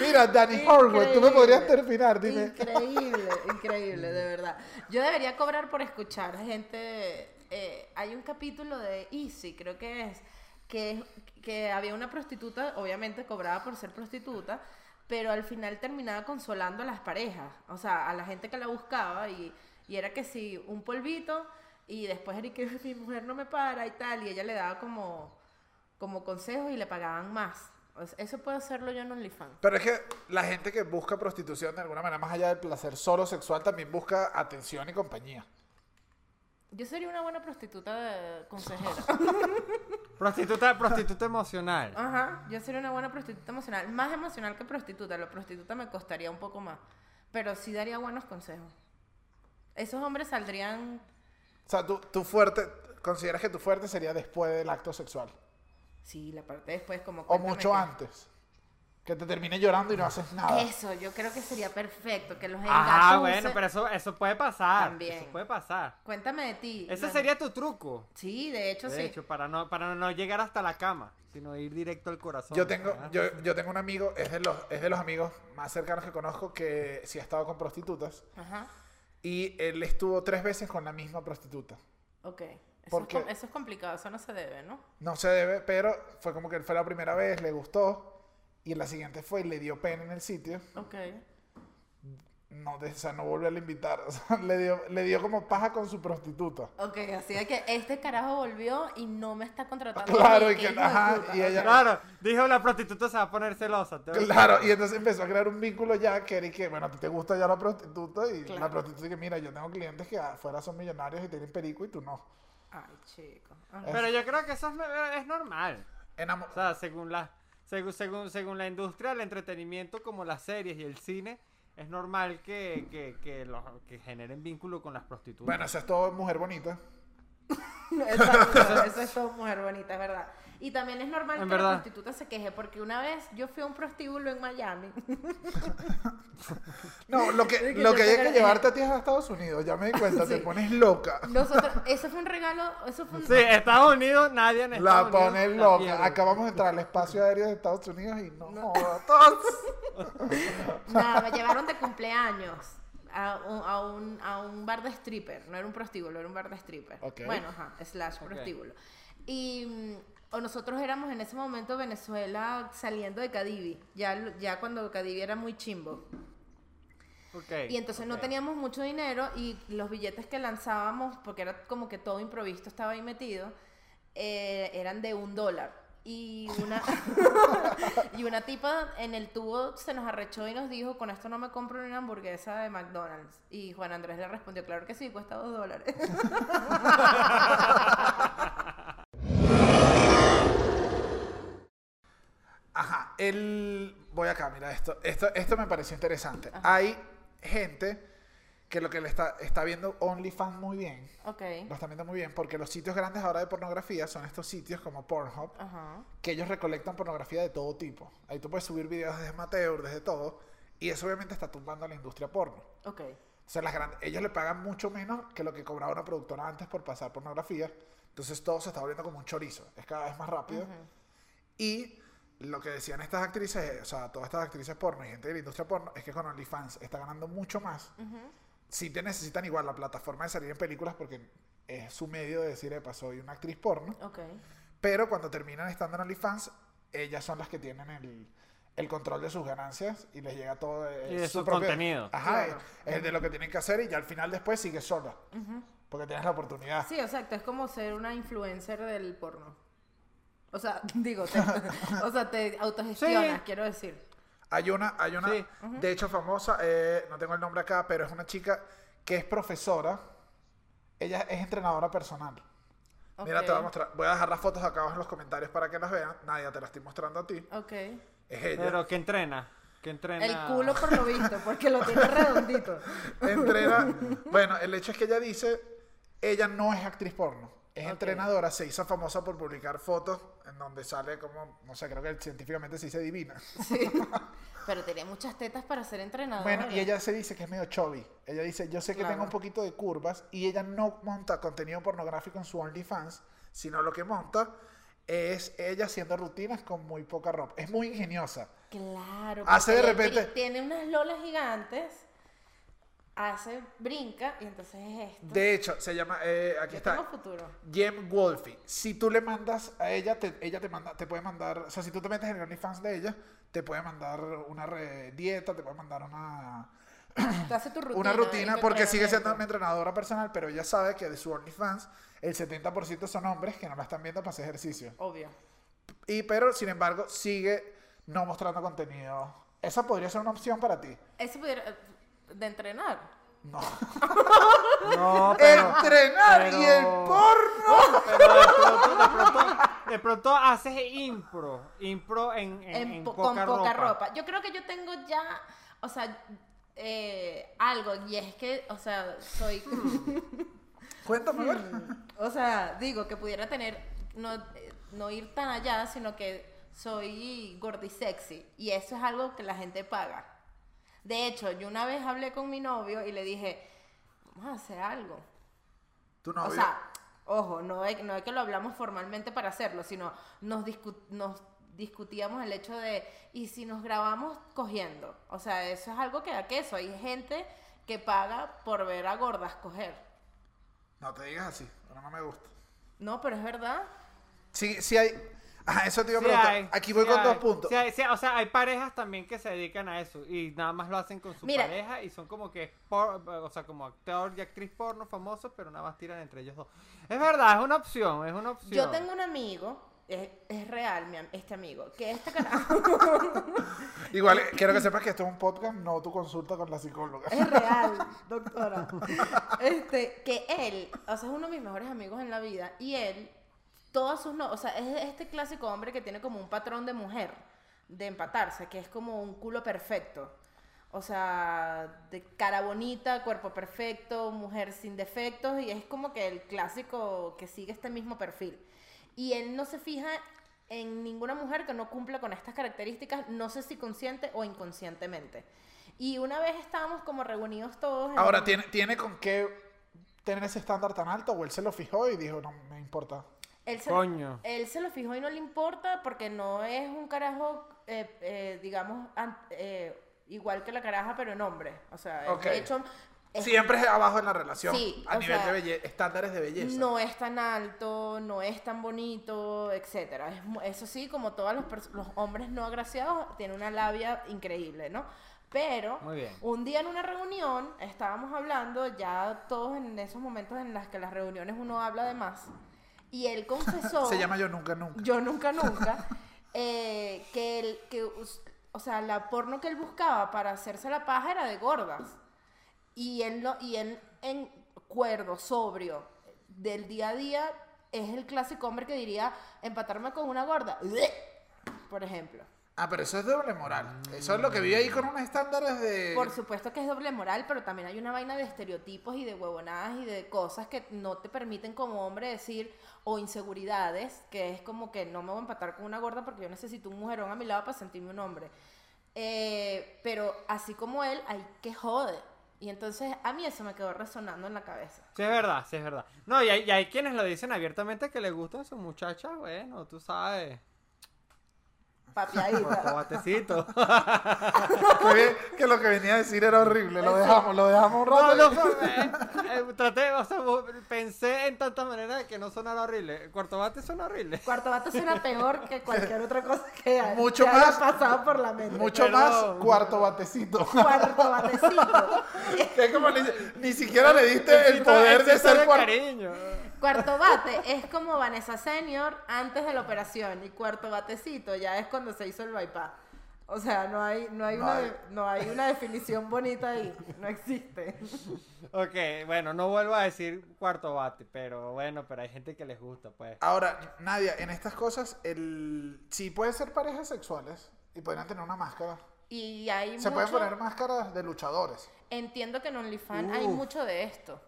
A: Mira, Danny Horwood, tú me
B: Increíble.
A: podrías terminar, dime.
B: Increíble, increíble, de verdad. Yo debería cobrar por escuchar gente. eh, hay un capítulo de Easy, creo que es, que, es- que había una prostituta, obviamente cobraba por ser prostituta, pero al final terminaba consolando a las parejas, o sea, a la gente que la buscaba y, y era que si un polvito y después era y que mi mujer no me para y tal, y ella le daba como, como consejos y le pagaban más. O sea, Eso puedo hacerlo yo en OnlyFans.
A: Pero es que la gente que busca prostitución de alguna manera, más allá del placer solo sexual, también busca atención y compañía.
B: Yo sería una buena prostituta de consejera.
C: Prostituta, prostituta emocional.
B: Ajá, yo sería una buena prostituta emocional. Más emocional que prostituta. La prostituta me costaría un poco más. Pero sí daría buenos consejos. Esos hombres saldrían.
A: O sea, tú, tú fuerte, consideras que tu fuerte sería después del acto sexual.
B: Sí, la parte después, como.
A: O
B: cuéntame
A: mucho
B: qué-
A: antes. Que te termine llorando y no haces nada.
B: Eso, yo creo que sería perfecto. Que los
C: Ah,
B: engatusen.
C: bueno, pero eso, eso puede pasar.
B: También.
C: Eso puede pasar.
B: Cuéntame de ti.
C: Ese
B: Bueno,
C: sería tu truco.
B: Sí, de hecho,
C: De
B: sí.
C: hecho, para no, para no llegar hasta la cama, sino ir directo al corazón.
A: Yo tengo,
C: ¿verdad?
A: yo, yo tengo un amigo, es de, los, es de los amigos más cercanos que conozco que sí ha estado con prostitutas.
B: Ajá.
A: Y él estuvo tres veces con la misma prostituta.
B: Ok. Eso,
A: ¿Por
B: es,
A: qué?
B: com- eso es complicado, eso no se debe, ¿no?
A: No se debe, pero fue como que él fue la primera vez, le gustó. Y la siguiente fue y le dio pena en el sitio.
B: Ok.
A: No, de- o sea, no volvió a la invitar. O sea, le dio, le dio como paja con su prostituta.
B: Ok, así de que este carajo volvió y no me está contratando. a mí,
A: Claro, y
B: qué
A: que,
B: hijo de
A: ajá,
B: puta.
A: y ella-
C: Claro, dijo la prostituta se va a poner celosa. te-
A: Claro, y entonces empezó a crear un vínculo ya que era y que, bueno, a ti te gusta ya la prostituta. Y la
B: Claro.
A: prostituta que, mira, yo tengo clientes que afuera son millonarios y tienen perico y tú no.
B: Ay, chico. Ah,
C: Pero yo creo que eso es, es normal.
A: Enamo-
C: O sea, según la, según, según, según la industria del entretenimiento, como las series y el cine, es normal que, que, que, los, que generen vínculo con las prostitutas.
A: Bueno, eso es todo mujer bonita.
B: Exacto, eso es todo mujer bonita, es verdad. Y también es normal
C: En
B: que
C: verdad.
B: la prostituta se queje, porque una vez yo fui a un prostíbulo en Miami.
A: No, lo que,
B: Es que
A: lo
B: yo
A: que hay
B: tengo
A: que
B: el-
A: llevarte a ti es a Estados Unidos. Ya me di cuenta, te
B: Sí.
A: pones loca.
B: Nosotros, eso fue un regalo, eso fue un...
C: sí, Estados Unidos, nadie en Estados
A: La
C: Unidos
A: pones
C: la
A: loca.
C: pierde.
A: Acabamos de entrar al espacio aéreo de Estados Unidos y no, joda, todos.
B: Nada, me llevaron de cumpleaños a un, a, un, a un bar de stripper. No era un prostíbulo, era un bar de stripper.
A: Ok.
B: Bueno, ajá, slash prostíbulo. Y mm, o nosotros éramos en ese momento Venezuela saliendo de Cadivi. Ya, lo- ya cuando Cadivi era muy chimbo.
C: Ok,
B: Y entonces no
C: ok.
B: teníamos mucho dinero y los billetes que lanzábamos, porque era como que todo improvisto estaba ahí metido, eh, eran de un dólar. Y una, y una tipa en el tubo se nos arrechó y nos dijo, con esto no me compro ni una hamburguesa de McDonald's. Y Juan Andrés le respondió, claro que sí, cuesta dos dólares.
A: Ajá, el... Voy acá, mira esto. Esto, esto me pareció interesante. Hay gente que lo que le está, está viendo OnlyFans muy bien.
B: ok.
A: Lo están viendo muy bien porque los sitios grandes ahora de pornografía son estos sitios como Pornhub,
B: Ajá.
A: que ellos recolectan pornografía de todo tipo. Ahí tú puedes subir videos desde amateur, desde todo. Y eso obviamente está tumbando a la industria porno.
B: Ok.
A: O sea, las grandes, ellos le pagan mucho menos que lo que cobraba una productora antes por pasar pornografía. Entonces todo se está volviendo como un chorizo. Es cada vez más rápido. Y lo que decían estas actrices, eh, o sea, todas estas actrices porno y gente de la industria porno, es que con OnlyFans está ganando mucho más. Sí te necesitan igual la plataforma de salir en películas porque es su medio de decir, epa, soy una actriz porno.
B: Ok.
A: Pero cuando terminan estando en OnlyFans, ellas son las que tienen el, el control de sus ganancias y les llega todo de,
C: Y de su contenido.
A: Ajá,
B: Claro.
A: es, es de lo que tienen que hacer y ya al final después sigue sola. Porque tienes la oportunidad.
B: Sí, exacto. Es como ser una influencer del porno. O sea, digo, te- o sea, te autogestionas,
C: Sí.
B: quiero decir.
A: Hay una, hay una,
C: Sí.
A: de hecho famosa, eh, no tengo el nombre acá, pero es una chica que es profesora. Ella es entrenadora personal. Mira, te voy a
B: Ok.
A: mostrar. Voy a dejar las fotos acá abajo en los comentarios para que las vean. Nadie te las estoy mostrando a ti.
B: Ok.
A: Es ella.
C: Pero que entrena. Que entrena.
B: El culo por lo visto, porque lo tiene redondito.
A: Entrena. Bueno, el hecho es que ella dice, ella no es actriz porno. Es
B: Ok.
A: entrenadora, se hizo famosa por publicar fotos en donde sale como, no sé, creo que científicamente se dice divina.
B: Sí. Pero tiene muchas tetas para ser entrenadora.
A: Bueno, y ella se dice que es medio chubby. Ella dice, yo sé que tengo
B: Ah, Claro.
A: un poquito de curvas y ella no monta contenido pornográfico en su OnlyFans, sino lo que monta es ella haciendo rutinas con muy poca ropa. Es muy ingeniosa.
B: Claro.
A: Hace
B: porque
A: de
B: ella
A: repente-
B: ti- Tiene unas lolas gigantes, hace, brinca, y entonces es esto.
A: De hecho, se llama, eh, aquí
B: Yo
A: está.
B: tengo futuro.
A: Jem Wolfie, si tú le mandas a ella, te, ella te manda, te puede mandar, o sea, si tú te metes en el OnlyFans de ella, te puede mandar una re- dieta, te puede mandar una,
B: Te hace tu rutina.
A: una rutina,
B: y tu
A: porque sigue siendo una
B: entrenamiento.
A: entrenadora personal, pero ella sabe que de su OnlyFans el 70% son hombres que no la están viendo para hacer ejercicio.
B: Obvio.
A: Y pero, sin embargo, sigue no mostrando contenido. Esa podría ser una opción para ti.
B: Eso pudiera... De entrenar.
A: No.
C: No, pero.
A: Entrenar y
C: pero-
A: el porno.
C: pero de, pronto, de, pronto, de pronto haces impro. Impro en, en,
B: En
C: en
B: po-
C: poca
B: con poca ropa. Yo creo que yo tengo ya, o sea, eh, algo, y es que, o sea, soy...
A: Cuéntame, a ver.
B: o sea, digo que pudiera tener, no, eh, no ir tan allá, sino que soy gordisexy. Y eso es algo que la gente paga. De hecho, yo una vez hablé con mi novio y le dije, vamos a hacer algo.
A: Tu novio.
B: O sea, ojo, no es, no es que lo hablamos formalmente para hacerlo, sino nos, discu- nos discutíamos el hecho de, ¿y si nos grabamos cogiendo? O sea, eso es algo que da queso. Hay gente que paga por ver a gordas coger.
A: no te digas así. Ahora no me gusta.
B: No, pero es verdad.
A: Sí, sí hay. Ajá, eso te iba a
C: Sí
A: preguntar.
C: hay,
A: Aquí voy
C: sí
A: con
C: hay.
A: dos puntos.
C: Sí hay, sí, o sea, hay parejas también que se dedican a eso y nada más lo hacen con su
B: Mira.
C: pareja y son como que, por- o sea, como actor y actriz porno famosos, pero nada más tiran entre ellos dos. Es verdad, es una opción, es una opción.
B: Yo tengo un amigo, es, es real mi am- este amigo, que este carajo
A: Igual, eh, quiero que sepas que esto es un podcast, no tu consulta con la psicóloga.
C: Eh.
B: es real, doctora. Este, que él, o sea, es uno de mis mejores amigos en la vida y él, todas sus no, o sea, es este clásico hombre que tiene como un patrón de mujer, de empatarse, que es como un culo perfecto. O sea, de cara bonita, cuerpo perfecto, mujer sin defectos y es como que el clásico que sigue este mismo perfil. Y él no se fija en ninguna mujer que no cumpla con estas características, no sé si consciente o inconscientemente. Y una vez estábamos como reunidos todos. en
A: Ahora,
B: un-
A: ¿tiene, ¿tiene con qué tener ese estándar tan alto? ¿O él se lo fijó y dijo, no me importa?
B: Él se,
C: Coño.
B: él se lo fijó y no le importa porque no es un carajo, eh, eh, digamos, an- eh, igual que la caraja, pero en hombre. O sea,
A: Ok.
B: de hecho, es-
A: Siempre es abajo en la relación.
B: Sí,
A: a
B: o
A: nivel
B: sea,
A: de belleza, estándares de belleza.
B: no es tan alto, no es tan bonito, etcétera. Es mu- eso sí, como todos los, pers- los hombres no agraciados, tiene una labia increíble, ¿no? Pero
C: Muy bien.
B: un día en una reunión estábamos hablando, ya todos en esos momentos en las que las reuniones uno habla de más, y él confesó...
A: Se llama yo nunca, nunca.
B: Yo nunca, nunca. eh, que el, que, us- o sea, la porno que él buscaba para hacerse la paja era de gordas. Y él, no, y él en cuerdo, sobrio, del día a día, es el clásico hombre que diría, empatarme con una gorda. Por ejemplo.
A: Ah, pero eso es doble moral. Eso es lo que vive ahí con unos estándares de.
B: Por supuesto que es doble moral, pero también hay una vaina de estereotipos y de huevonadas y de cosas que no te permiten como hombre decir, o inseguridades, que es como que no me voy a empatar con una gorda porque yo necesito un mujerón a mi lado para sentirme un hombre. Eh, pero así como él, hay que jode. Y entonces a mí eso me quedó resonando en la cabeza.
C: Sí, es verdad, sí, es verdad. No, y hay, y hay quienes lo dicen abiertamente que les gusta a su muchacha, bueno, tú sabes.
B: Papiadita.
C: Batecito.
A: Qué bien que lo que venía a decir era horrible. Lo dejamos, lo dejamos un
C: No,
A: rato.
C: no, eh, eh, traté, o sea, bu- pensé en tantas maneras de que no sonara horrible. El Cuarto bate suena horrible.
B: Cuarto vato suena peor que cualquier otra cosa que haya,
A: Mucho
B: que haya
A: más-
B: pasado por la mente.
A: Mucho
C: Pero-
A: más cuarto batecito.
B: Cuarto batecito.
A: Es como ni, ni siquiera le diste el
C: Exito-
A: poder de
C: exito
A: ser cuarto.
C: cariño.
B: Cuarto bate es como Vanessa Senior antes de la operación y cuarto batecito ya es cuando se hizo el bypass. O sea, no hay, no hay,
A: No
B: una,
A: hay.
B: no hay una definición bonita ahí, no existe.
C: Ok, bueno, no vuelvo a decir cuarto bate, pero bueno, pero hay gente que les gusta,
A: Ah,
C: pues.
A: Ahora, Nadia, en estas cosas, el... sí pueden ser parejas sexuales y podrían tener una máscara.
B: Y hay
A: Se
B: mucho,
A: pueden poner máscaras de luchadores.
B: entiendo que en OnlyFans hay
C: Uf.
B: mucho de esto.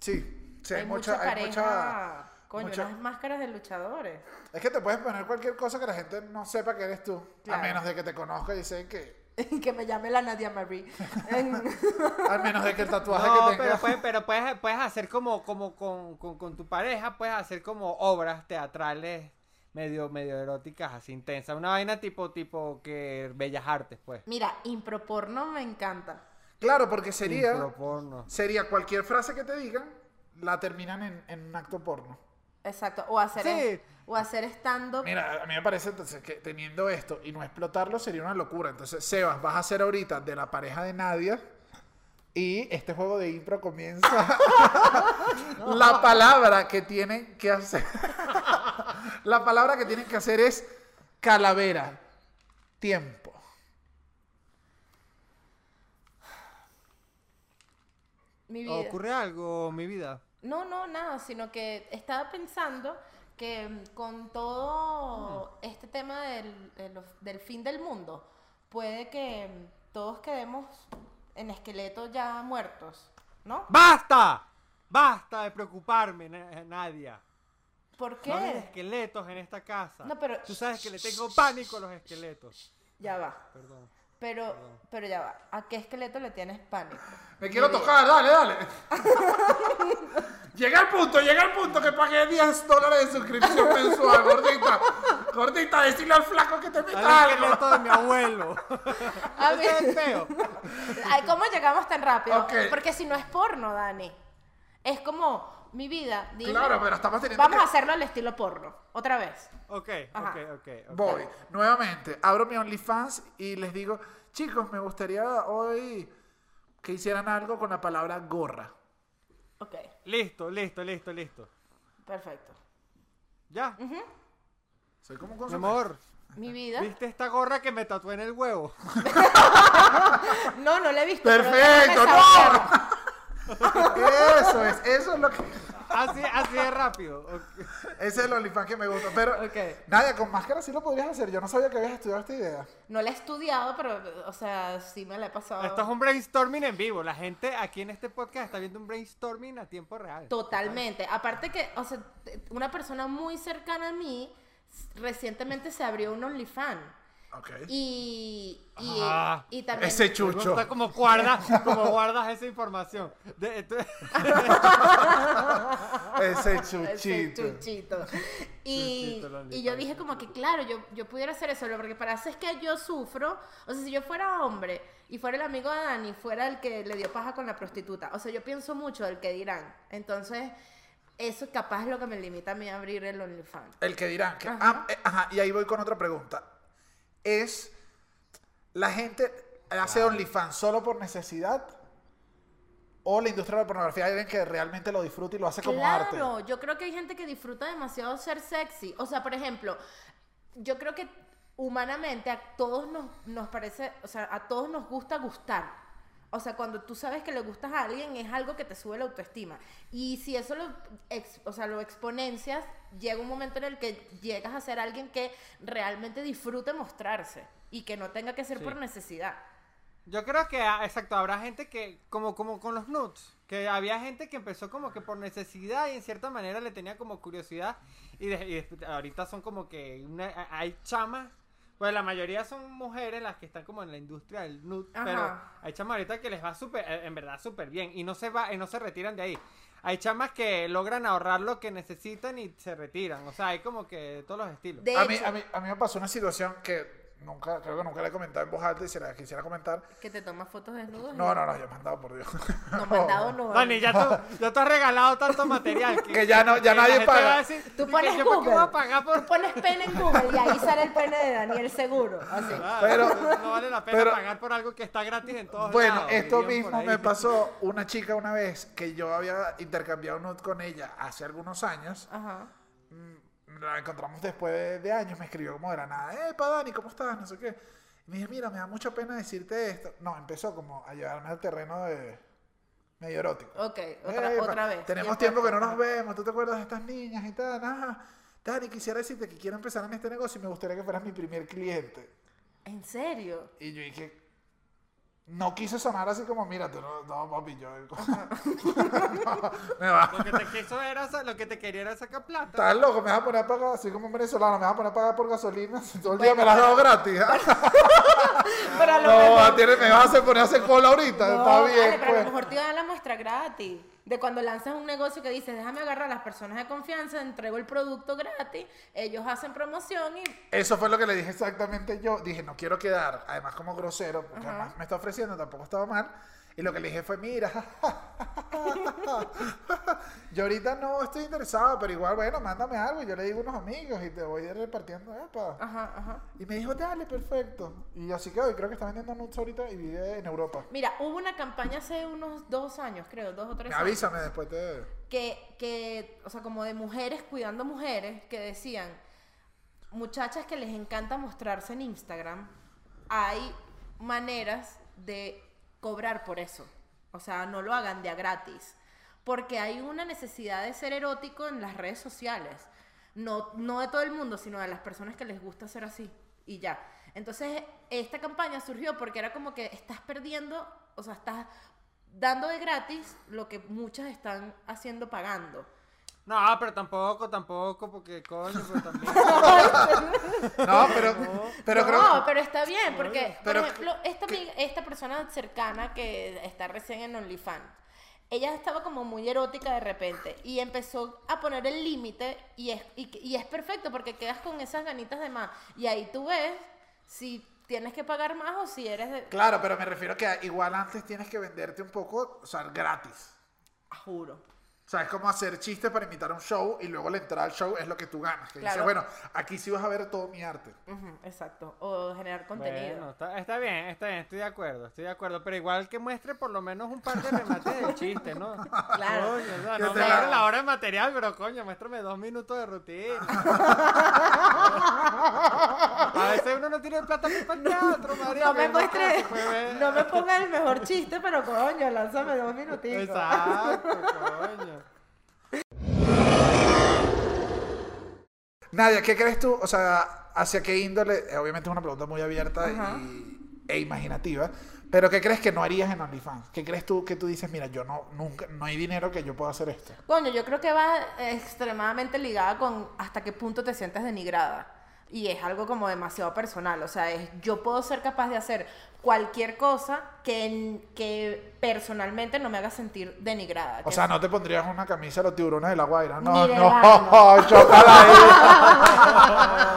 A: Sí, sí, hay,
B: hay
A: mucha-
B: mucha
A: hay
B: pareja,
A: mucha-
B: coño,
A: mucha-
B: unas máscaras de luchadores.
A: Es que te puedes poner cualquier cosa que la gente no sepa que eres tú.
B: Claro.
A: A menos de que te conozca y sé que.
B: que me llame la Nadia Marie.
A: Al menos de que el tatuaje
C: No,
A: que
C: pero,
A: tengas.
C: pues- puedes, pero puedes, puedes hacer como, como con, con, con tu pareja, puedes hacer como obras teatrales medio, medio eróticas, así intensas. Una vaina tipo, tipo que bellas artes, pues.
B: Mira, improporno me encanta.
A: Claro, porque sería,
C: Impro porno.
A: sería cualquier frase que te digan, la terminan en, en un acto porno.
B: Exacto. O hacer,
C: Sí.
B: o hacer stand-up.
A: Mira, a mí me parece entonces que teniendo esto y no explotarlo sería una locura. Entonces, Sebas, vas a ser ahorita de la pareja de Nadia y este juego de impro comienza. la palabra que tienen que hacer. la palabra que tienen que hacer es calavera. Tiempo.
B: Mi vida.
C: ¿Ocurre algo, mi vida?
B: No, no, nada, sino que estaba pensando que mm, con todo
A: Mm.
B: este tema del, de los- del fin del mundo, puede que mm, todos quedemos en esqueletos ya muertos, ¿no?
C: ¡Basta! ¡Basta de preocuparme, Na- Nadia!
B: ¿Por
C: No hay
B: qué?
C: esqueletos en esta casa.
B: No, pero-
C: Tú sabes que le tengo pánico a los esqueletos.
B: Ya va.
C: Perdón.
B: Pero, pero ya va. ¿A qué esqueleto le tienes pánico?
A: Me quiero tocar, dale, dale. llega al punto, llega al punto que pagué 10 dólares de suscripción mensual, gordita. Gordita, decirle al flaco que te meta
C: Al
A: algo.
C: esqueleto de mi abuelo.
B: A
C: ¿Eso es feo?
B: Ay, ¿cómo llegamos tan rápido?
A: Ok.
B: Porque si no es porno, Dani. Es como mi vida. dime-
A: Claro, pero estamos teniendo
B: Vamos
A: que-
B: a hacerlo al estilo porno. Otra vez.
C: Ok,
B: Ajá.
C: ok, ok. ok.
A: Voy, nuevamente, abro mi OnlyFans y les digo, chicos, me gustaría hoy que hicieran algo con la palabra gorra.
B: Ok,
C: Listo, listo, listo, listo.
B: perfecto.
C: Ya,
A: Soy como un
C: mi
A: consultor.
C: amor.
B: Mi vida.
C: ¿Viste esta gorra que me tatué en el huevo?
B: No, no la he visto. pero
A: ¡Perfecto!
B: déjame saborear.
A: ¡No! eso es, eso es lo que...
C: Así, así de rápido. Ok.
A: Ese es el OnlyFans que me gusta, pero...
B: Ok.
A: Nadia, con máscara sí lo podrías hacer. Yo no sabía que habías estudiado esta idea.
B: No la he estudiado, pero, o sea, sí me la he pasado.
C: Esto es un brainstorming en vivo. La gente aquí en este podcast está viendo un brainstorming a tiempo real.
B: Totalmente. Aparte que, o sea, t- una persona muy cercana a mí s- recientemente se abrió un OnlyFans.
A: Ok.
B: Y, y,
C: Ah,
B: y también...
A: Ese
C: Me
A: chucho.
C: gusta como guardas, como guardas esa información. De- tú-
A: Ese
B: Ese
A: chuchito.
B: chuchito. Y,
C: Chuchito, la
B: y
C: neta,
B: yo dije como que claro, yo, yo pudiera hacer eso, lo que pasa es que yo sufro, o sea, si yo fuera hombre y fuera el amigo de Dani, fuera el que le dio paja con la prostituta, o sea, yo pienso mucho del que dirán. Entonces, eso capaz es lo que me limita a mí a abrir el OnlyFans.
A: El que dirán que.
B: Ajá.
A: Ah, eh, ajá, y ahí voy con otra pregunta. Es. ¿La gente hace OnlyFans solo por necesidad? ¿O la industria de la pornografía hay alguien que realmente lo disfruta y lo hace como arte?
B: Claro, yo creo que hay gente que disfruta demasiado ser sexy. O sea, por ejemplo, yo creo que humanamente a todos nos, nos parece, o sea, a todos nos gusta gustar. O sea, cuando tú sabes que le gustas a alguien es algo que te sube la autoestima. Y si eso lo, ex- o sea, lo exponencias, llega un momento en el que llegas a ser alguien que realmente disfrute mostrarse y que no tenga que ser
C: Sí.
B: por necesidad.
C: Yo creo que, ah, exacto, habrá gente que, como, como con los nudes, que había gente que empezó como que por necesidad y en cierta manera le tenía como curiosidad y, de- y de- ahorita son como que una- hay chamas Pues la mayoría son mujeres las que están como en la industria del nude,
B: Ajá.
C: pero hay chamas ahorita que les va súper, eh, en verdad súper bien y no se va, y no se retiran de ahí. Hay chamas que logran ahorrar lo que necesitan y se retiran, o sea, hay como que todos los estilos.
B: De
A: a, mí,
B: hecho,
A: a, mí, a mí me pasó una situación que nunca, creo que nunca la he comentado en voz alta y si la quisiera comentar.
B: que te tomas fotos desnudos.
A: No, no, no, yo he mandado por Dios.
B: No, mandado no.
C: Dani, ya tú, ya tú has regalado tanto material que,
A: Que ya no- ya
C: la
A: nadie
C: gente va a
A: paga.
C: decir,
B: Tú
C: "Dije,
B: pones
C: yo por qué
B: Google.
C: voy a pagar por
B: Tú pones pene en Google y ahí sale el pene de Daniel seguro. Así.
C: Ah,
A: Pero-
C: no no vale la pena
A: pero-
C: pagar por algo que está gratis en todos
A: Bueno,
C: lados,
A: esto
C: dirían por
A: mismo
C: ahí.
A: me pasó una chica una vez que yo había intercambiado nude con ella hace algunos años.
B: Ajá.
A: Mm, La encontramos después de, de años, me escribió como era nada, epa Dani, ¿cómo estás? No sé qué. Y me dije, mira, me da mucha pena decirte esto. No, empezó como a llevarme al terreno de medio erótico.
B: Ok, otra,
A: Epa,
B: otra vez.
A: Eh, Tenemos
B: Ya
A: tiempo que no
B: está.
A: nos vemos, ¿tú te acuerdas de estas niñas y tal? Ajá. Dani, quisiera decirte que quiero empezar en este negocio y me gustaría que fueras mi primer cliente.
B: ¿En serio?
A: Y yo dije, no quise sonar así como, mira, tú no, no papi, yo. no, me va.
C: Lo que te quiso era, sa- lo que te quería era sacar plata.
A: Estás loco, me vas a poner a pagar, así como un venezolano, me vas a poner a pagar por gasolina, si todo el día me las dado gratis. ¿ah?
B: Pero a lo
A: no,
B: mejor...
A: tiene- me vas a hacer poner a hacer cola ahorita,
B: No,
A: está
B: vale,
A: bien,
B: pero a lo
A: pues.
B: mejor te dan la muestra gratis. De cuando lanzas un negocio que dices, déjame agarrar a las personas de confianza, entrego el producto gratis, ellos hacen promoción y...
A: Eso fue lo que le dije exactamente yo. Dije, no quiero quedar, además como grosero, porque además me está ofreciendo, tampoco estaba mal. Y lo que le dije fue, mira, yo ahorita no estoy interesado, pero igual, bueno, mándame algo. y Yo le digo a unos amigos y te voy repartiendo, epa.
B: Ajá, ajá.
A: Y me dijo, dale, perfecto. Y así quedó, y creo que está vendiendo nuts ahorita y vive en Europa.
B: Mira, hubo una campaña hace unos dos años, creo, dos o tres
A: Me
B: años.
A: avísame después te...
B: que, que, o sea, como de mujeres cuidando mujeres, que decían, muchachas que les encanta mostrarse en Instagram, hay maneras de cobrar por eso. O sea, no lo hagan de a gratis. Porque hay una necesidad de ser erótico en las redes sociales. No, no de todo el mundo, sino de las personas que les gusta ser así. Y ya. Entonces, esta campaña surgió porque era como que estás perdiendo, o sea, estás dando de gratis lo que muchas están haciendo pagando.
C: No, ah, pero tampoco, tampoco, porque coño, pero también.
A: No, pero, pero
B: no,
A: creo...
B: pero está bien, porque,
A: Pero-
B: por ejemplo, esta, amiga- esta persona cercana que está recién en OnlyFans, ella estaba como muy erótica de repente y empezó a poner el límite y es, y, y es perfecto porque quedas con esas ganitas de más. Y ahí tú ves si tienes que pagar más o si eres de...
A: Claro, pero me refiero que igual antes tienes que venderte un poco, o sea, gratis.
B: Juro.
A: O sea, es como hacer chistes para imitar un show y luego la entrada al show es lo que tú ganas. Que dices,
B: Claro.
A: bueno, aquí sí vas a ver todo mi arte.
B: Ujú, exacto. O generar contenido.
C: Bueno, está, está bien, está bien, estoy de acuerdo, estoy de acuerdo. Pero igual que muestre por lo menos un par de remates de chiste, ¿no?
B: Claro.
C: Coño, o sea,
A: Que
C: no
A: te
C: me
A: la-
C: dure la hora de material, pero coño, muéstrame dos minutos de rutina. A veces uno no tiene plata ni para el teatro, María.
B: No me
C: que es más
B: muestre,
C: fácil, pues, ve-
B: no me ponga el mejor chiste, pero coño, lánzame dos minutitos.
C: Exacto, coño.
A: Nadia, ¿qué crees tú? O sea, ¿hacia qué índole? Eh, Obviamente es una pregunta muy abierta
B: Ajá.
A: y- e imaginativa. Pero ¿qué crees que no harías en OnlyFans? ¿Qué crees tú que tú dices, mira, yo no, nunca, no hay dinero que yo pueda hacer esto?
B: Coño, yo creo que va extremadamente ligada con hasta qué punto te sientes denigrada. Y es algo como demasiado personal. O sea, es yo puedo ser capaz de hacer cualquier cosa que, que personalmente no me haga sentir denigrada.
A: O
B: que
A: sea, no te pondrías una camisa de los tiburones de la Guaira. No,
B: Ni de
A: no, chócala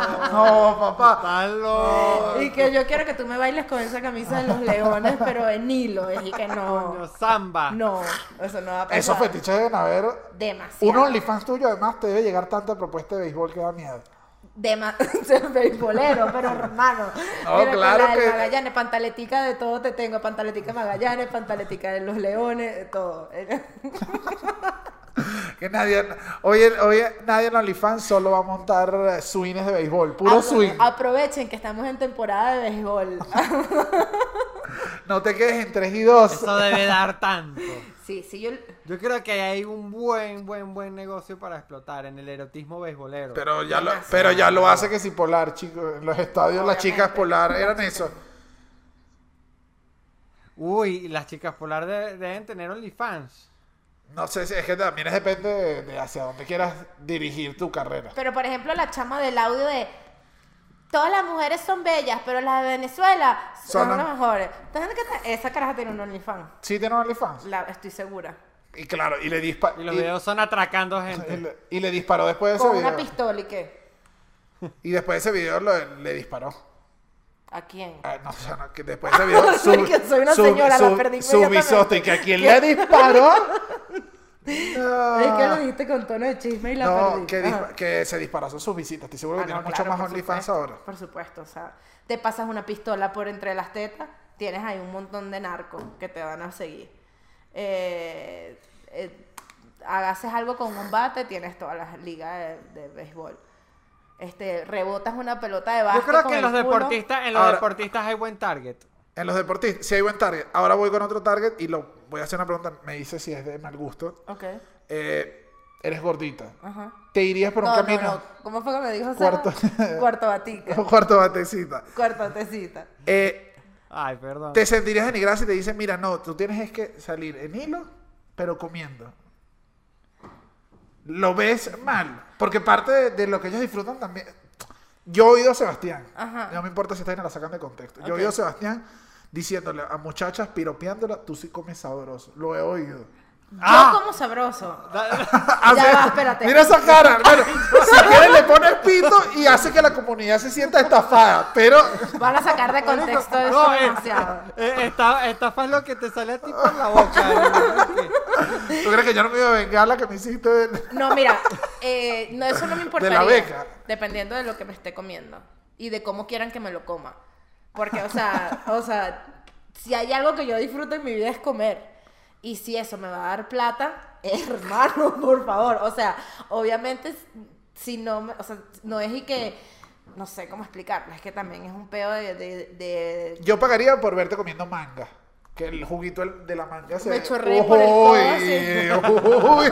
A: ahí. No, papá.
C: Están locos.
B: Y que yo quiero que tú me bailes con esa camisa de los leones, pero en hilo. Y que
C: Coño,
B: no.
C: Samba.
B: No, eso no va a pasar.
A: Esos fetiches deben haber.
B: Demasiado.
A: Un OnlyFans tuyo, además, te debe llegar tanta propuesta de béisbol que da miedo.
B: demasiado beisbolero, pero hermano.
A: No,
B: Mira
A: claro
B: la del
A: que-
B: Magallanes, pantaletica de todo te tengo, pantaletica de Magallanes, pantaletica de los Leones, de todo.
A: Que nadie. Hoy, en- hoy en- nadie en OnlyFans solo va a montar eh, swings de béisbol. Puro
B: Apro-
A: swing.
B: Aprovechen que estamos en temporada de béisbol.
A: No te quedes en 3 y 2.
C: Eso debe dar tanto.
B: sí, sí, yo
C: Yo creo que hay un buen, buen, buen negocio para explotar en el erotismo beisbolero.
A: Pero ya, lo, pero ya lo hace que si polar, chicos. En los estadios las chicas polar eran eso.
C: Uy, y las chicas polar de- deben tener OnlyFans.
A: No sé, si- es que también es depende de, de hacia dónde quieras dirigir tu carrera.
B: Pero por ejemplo, la chama del audio de Todas las mujeres son bellas, pero las de Venezuela son,
A: Son las-
B: las mejores. Entonces, ¿qué tal? Esa caraja tiene un OnlyFans.
A: Sí tiene OnlyFans.
B: La- estoy segura.
A: Y claro, y le disparó.
C: Y los videos son atracando gente.
A: y le disparó después de ese
B: Con una
A: video.
B: pistola y qué.
A: Y después de ese video lo- le disparó.
B: ¿A quién?
A: Ah, no, o sea, no, que después de ese video. su-
B: Que soy una
A: su-
B: señora, la
A: su-
B: perdí
A: su
B: inmediatamente.
A: bisote, y que a quien le disparó. No.
B: Es que lo dijiste con tono de chisme y la
A: No,
B: perdí.
A: que,
B: Ajá.
A: dispa- que se disparó sus visitas. Estoy seguro que
B: Ah,
A: tiene
B: no,
A: mucho
B: claro,
A: más
B: por
A: OnlyFans
B: supuesto,
A: ahora.
B: Por supuesto, o sea, te pasas una pistola por entre las tetas, tienes ahí un montón de narcos que te van a seguir. Eh, eh, haces algo con un bate, tienes todas las ligas de, de béisbol. Este, rebotas una pelota de básquet
C: Yo creo
B: con
C: que en
B: el
C: los
B: culo.
C: deportistas, en los
A: Ahora-
C: deportistas hay buen target.
A: En los deportistas, si hay buen target. Ahora voy con otro target y lo voy a hacer una pregunta. Me dice si es de mal gusto.
B: Ok,
A: Eh, eres gordita.
B: ajá.
A: ¿Te irías por un
B: Ah. No, no,
A: camino?
B: no, ¿Cómo fue que me dijo
A: Cuarto-
B: Sara? Cuarto batica.
A: Un cuarto batecita.
B: Cuarto tecita.
A: Eh,
C: Ay, perdón.
A: ¿Te sentirías denigrada si te dicen, mira, no, tú tienes es que salir en hilo, pero comiendo? Lo ves mal, porque parte de, de lo que ellos disfrutan también... Yo he oído a Sebastián,
B: Ajá.
A: no me importa si esta vaina la sacan de contexto, yo he
B: Ok.
A: oído a Sebastián diciéndole a muchachas, piropeándola, tú sí comes sabroso, lo he oído.
C: Ah.
B: Yo como sabroso.
A: Hace-
B: va, espérate.
A: Mira esa cara, hermano. si quieres le pones pito y hace que la comunidad se sienta estafada, pero...
B: Van a sacar de contexto esto
C: No, eh,
B: demasiado.
C: eh, esta, estafa es lo que te sale a ti por la boca. ¿no? Que-
A: ¿Tú crees que yo no me iba a vengar la que me hiciste? del-
B: No, mira, eh, no, eso no me importaría.
A: beca.
B: Dependiendo de lo que me esté comiendo y de cómo quieran que me lo coma. Porque, o sea, o sea, si hay algo que yo disfruto en mi vida es comer. Y si eso me va a dar plata, hermano, por favor. O sea, obviamente, si no, me- o sea, no es y que, no sé cómo explicarlo, es que también es un peo de, de- de-
A: Yo pagaría por verte comiendo manga. Que el juguito el- de la manga se...
B: Me chorreé por el codo,
A: ¡Uy!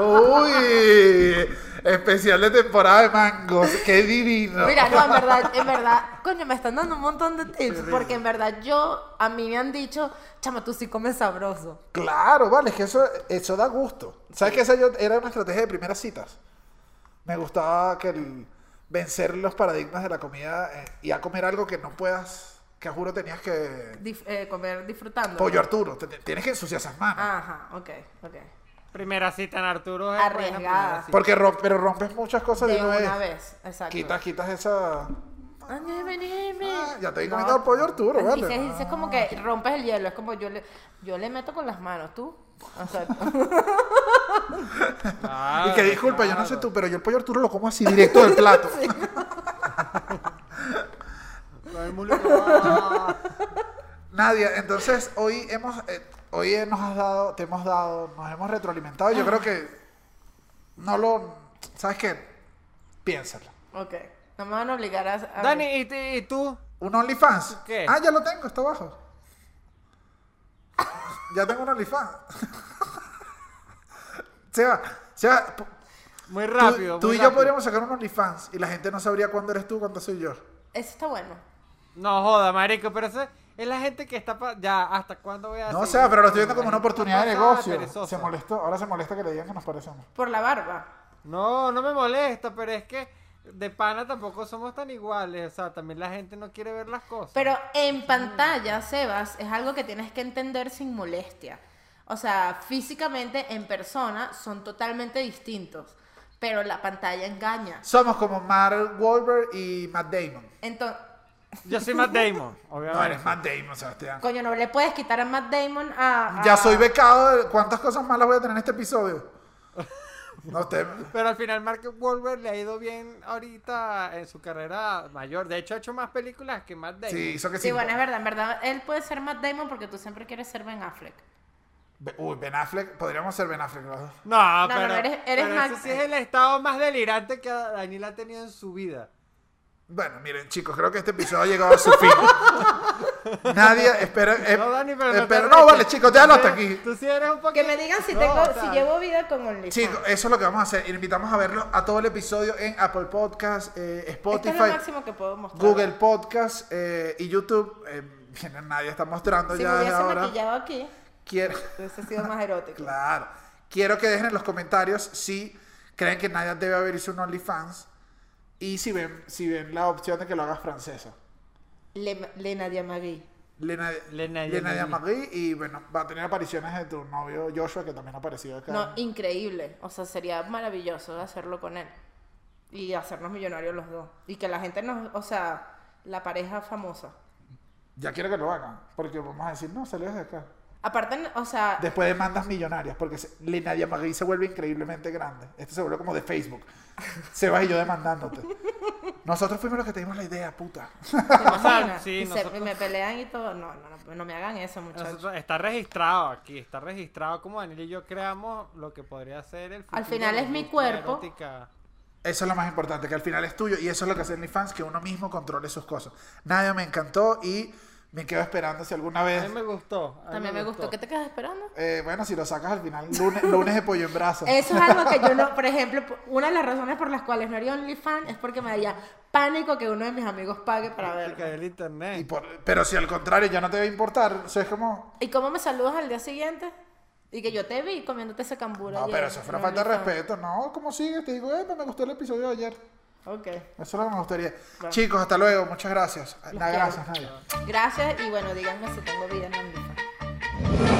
A: ¡Uy! Especial de temporada de mangos. ¡Qué divino!
B: Mira, no, en verdad, en verdad, coño, me están dando un montón de tips, porque en verdad yo, a mí me han dicho, chama, tú sí comes sabroso.
A: Claro, vale, es que eso, eso da gusto. ¿Sabes que esa yo- era una estrategia de primeras citas? Me gustaba que el- vencer los paradigmas de la comida eh, y a comer algo que no puedas, que a juro tenías que...
B: Dif- eh, comer disfrutando.
A: Pollo Arturo, te- te- tienes que ensuciar esas manos.
B: Ajá, ok, ok.
C: Primera cita en Arturo es buena
B: Arriesgada.
C: primera cita.
A: Porque rom- pero rompes muchas cosas de,
B: De
A: una vez.
B: vez, exacto.
A: Quitas, quitas esa.
B: Ay, vení, vení.
A: Ah, ya te vi comiendo el pollo, Arturo,
B: Y
A: vale. Ah,
B: se- y se- es como que rompes el hielo, es como yo le, yo le meto con las manos, tú. O sea,
C: Claro,
A: y que disculpa, yo Ah, no sé
C: claro.
A: tú, pero yo el pollo Arturo lo como así directo del plato.
C: Todo el mundo lo va.
A: Nadia, entonces hoy hemos eh, hoy nos has dado, te hemos dado, nos hemos retroalimentado. Yo creo que no lo ¿sabes qué? Piénsalo.
B: ok. No me van a obligar a. a-
C: Dani, ¿y, ti- y tú?
A: ¿Un OnlyFans?
C: ¿Qué?
A: Ah, ya lo tengo, está abajo. ya tengo un OnlyFans. Seba, Seba, p-
C: Muy
A: Tú-
C: rápido.
A: Tú,
C: muy
A: y
C: rápido.
A: yo podríamos sacar un OnlyFans y la gente no sabría cuándo eres tú, cuándo soy yo.
B: Eso está bueno.
C: No joda, marico, pero eso es la gente que está pa- ya hasta cuándo voy a
A: No, o
C: seguir?
A: sea, pero lo estoy viendo
C: La
A: como una
C: gente
A: oportunidad de
C: está pasada,
A: negocio.
C: perezosa.
A: Se molestó, ahora se molesta que le digan que nos parecemos.
B: Por la barba.
C: No, no me molesta, pero es que de pana tampoco somos tan iguales, o sea, también la gente no quiere ver las cosas.
B: Pero en pantalla, Sebas, es algo que tienes que entender sin molestia. O sea, físicamente, en persona, son totalmente distintos. Pero la pantalla engaña.
A: Somos como Mark Wahlberg y Matt Damon.
B: Entonces.
C: Yo soy Matt Damon,
A: No,
C: obviamente.
A: eres Matt Damon, Sebastián.
B: Coño, no le puedes quitar a Matt Damon
C: Ah.
B: a. a-
A: Ya soy becado. de- ¿Cuántas cosas malas voy a tener en este episodio? No, usted...
C: Pero al final Mark Wahlberg le ha ido bien ahorita en su carrera mayor. De hecho, ha hecho más películas que Matt Damon.
A: Sí, hizo que sí.
B: Sí, bueno, es verdad, en verdad. Él puede ser Matt Damon porque tú siempre quieres ser Ben Affleck.
A: Be- Uy, Ben Affleck. Podríamos ser Ben Affleck los dos.
C: No,
B: No, no,
C: pero,
B: no, eres- eres
C: pero
B: Matt-
C: ese sí es el estado más delirante que Daniel ha tenido en su vida.
A: Bueno, miren, chicos, creo que este episodio ha llegado a su fin. Nadie espera. eh,
C: no, Dani, pero no, te
A: espera-
C: reches.
A: no, vale, chicos, déjalo
C: Tú sí-
A: hasta aquí.
C: Tú sí eres un poquito...
B: Que me digan si
C: No,
B: tengo,
C: o sea,
B: si llevo vida con OnlyFans.
A: Chicos, eso es lo que vamos a hacer. Invitamos a verlo a todo el episodio en Apple Podcast, eh,
B: Esto
A: Spotify,
B: Este es lo máximo que puedo mostrar.
A: Google Podcast eh, y YouTube. Eh, miren, nadie está mostrando
B: Si
A: ya
B: me
A: desde
B: hubiese
A: ahora.
B: maquillado aquí,
A: Quiero,
B: hubiese sido más erótico.
A: claro. Quiero que dejen en los comentarios si creen que nadie debe abrirse un OnlyFans. Y si ven, si ven la opción de que lo hagas francesa.
B: Le- Lena Diamagui.
A: Lena,
C: Lena
A: Lena, Diamagui, y bueno, va a tener apariciones de tu novio Joshua, que también ha aparecido acá.
B: No, increíble. O sea, sería maravilloso hacerlo con él. Y hacernos millonarios los dos. Y que la gente nos. O sea, la pareja famosa.
A: Ya quiero que lo hagan, porque vamos a decir, no, salió de acá.
B: Aparte, o sea.
A: Después de mandas millonarias, porque se- Lina Diamagui se vuelve increíblemente grande. Esto se vuelve como de Facebook. Se va y yo demandándote. Nosotros fuimos los que tuvimos la idea, puta.
B: ¿te
C: O sea,
B: imaginas?
C: Ah, sí,
B: y se-
C: nosotros-
B: me pelean y todo. No, no, no, no me hagan eso, muchachos.
C: Nosotros- está registrado aquí, está registrado como Daniel y yo creamos lo que podría ser el futuro
B: final
C: de la
B: es mi
C: industria
B: cuerpo.
C: erótica.
A: Eso es lo más importante, que al final es tuyo. Y eso es lo que hacen mis fans, que uno mismo controle sus cosas. Nadie me encantó y me quedo esperando si alguna
C: A
A: vez...
C: mí me gustó. a mí
B: También me gustó. ¿Qué te quedas esperando?
A: eh, bueno, si lo sacas al final, lunes, lunes de pollo en brazo.
B: Eso es algo que yo no, por ejemplo, una de las razones por las cuales no haría OnlyFans es porque me daría pánico que uno de mis amigos pague para
C: Se cayó
B: verlo.
C: el internet.
A: Y por- pero si al contrario ya no te va a importar, eso es como...
B: ¿Y cómo me saludas al día siguiente? Y que yo te vi comiéndote ese cambura.
A: No,
B: ayer
A: pero eso fue una
B: en
A: falta de
B: OnlyFans.
A: respeto. No, ¿cómo sigues? Te digo, eh, me gustó el episodio de ayer.
B: Ok.
A: Eso es lo que me gustaría.
B: Bueno.
A: Chicos, hasta luego. Muchas gracias. Nada,
B: quiero.
A: gracias, Nadia.
B: Gracias y bueno, díganme si tengo vida en OnlyFans.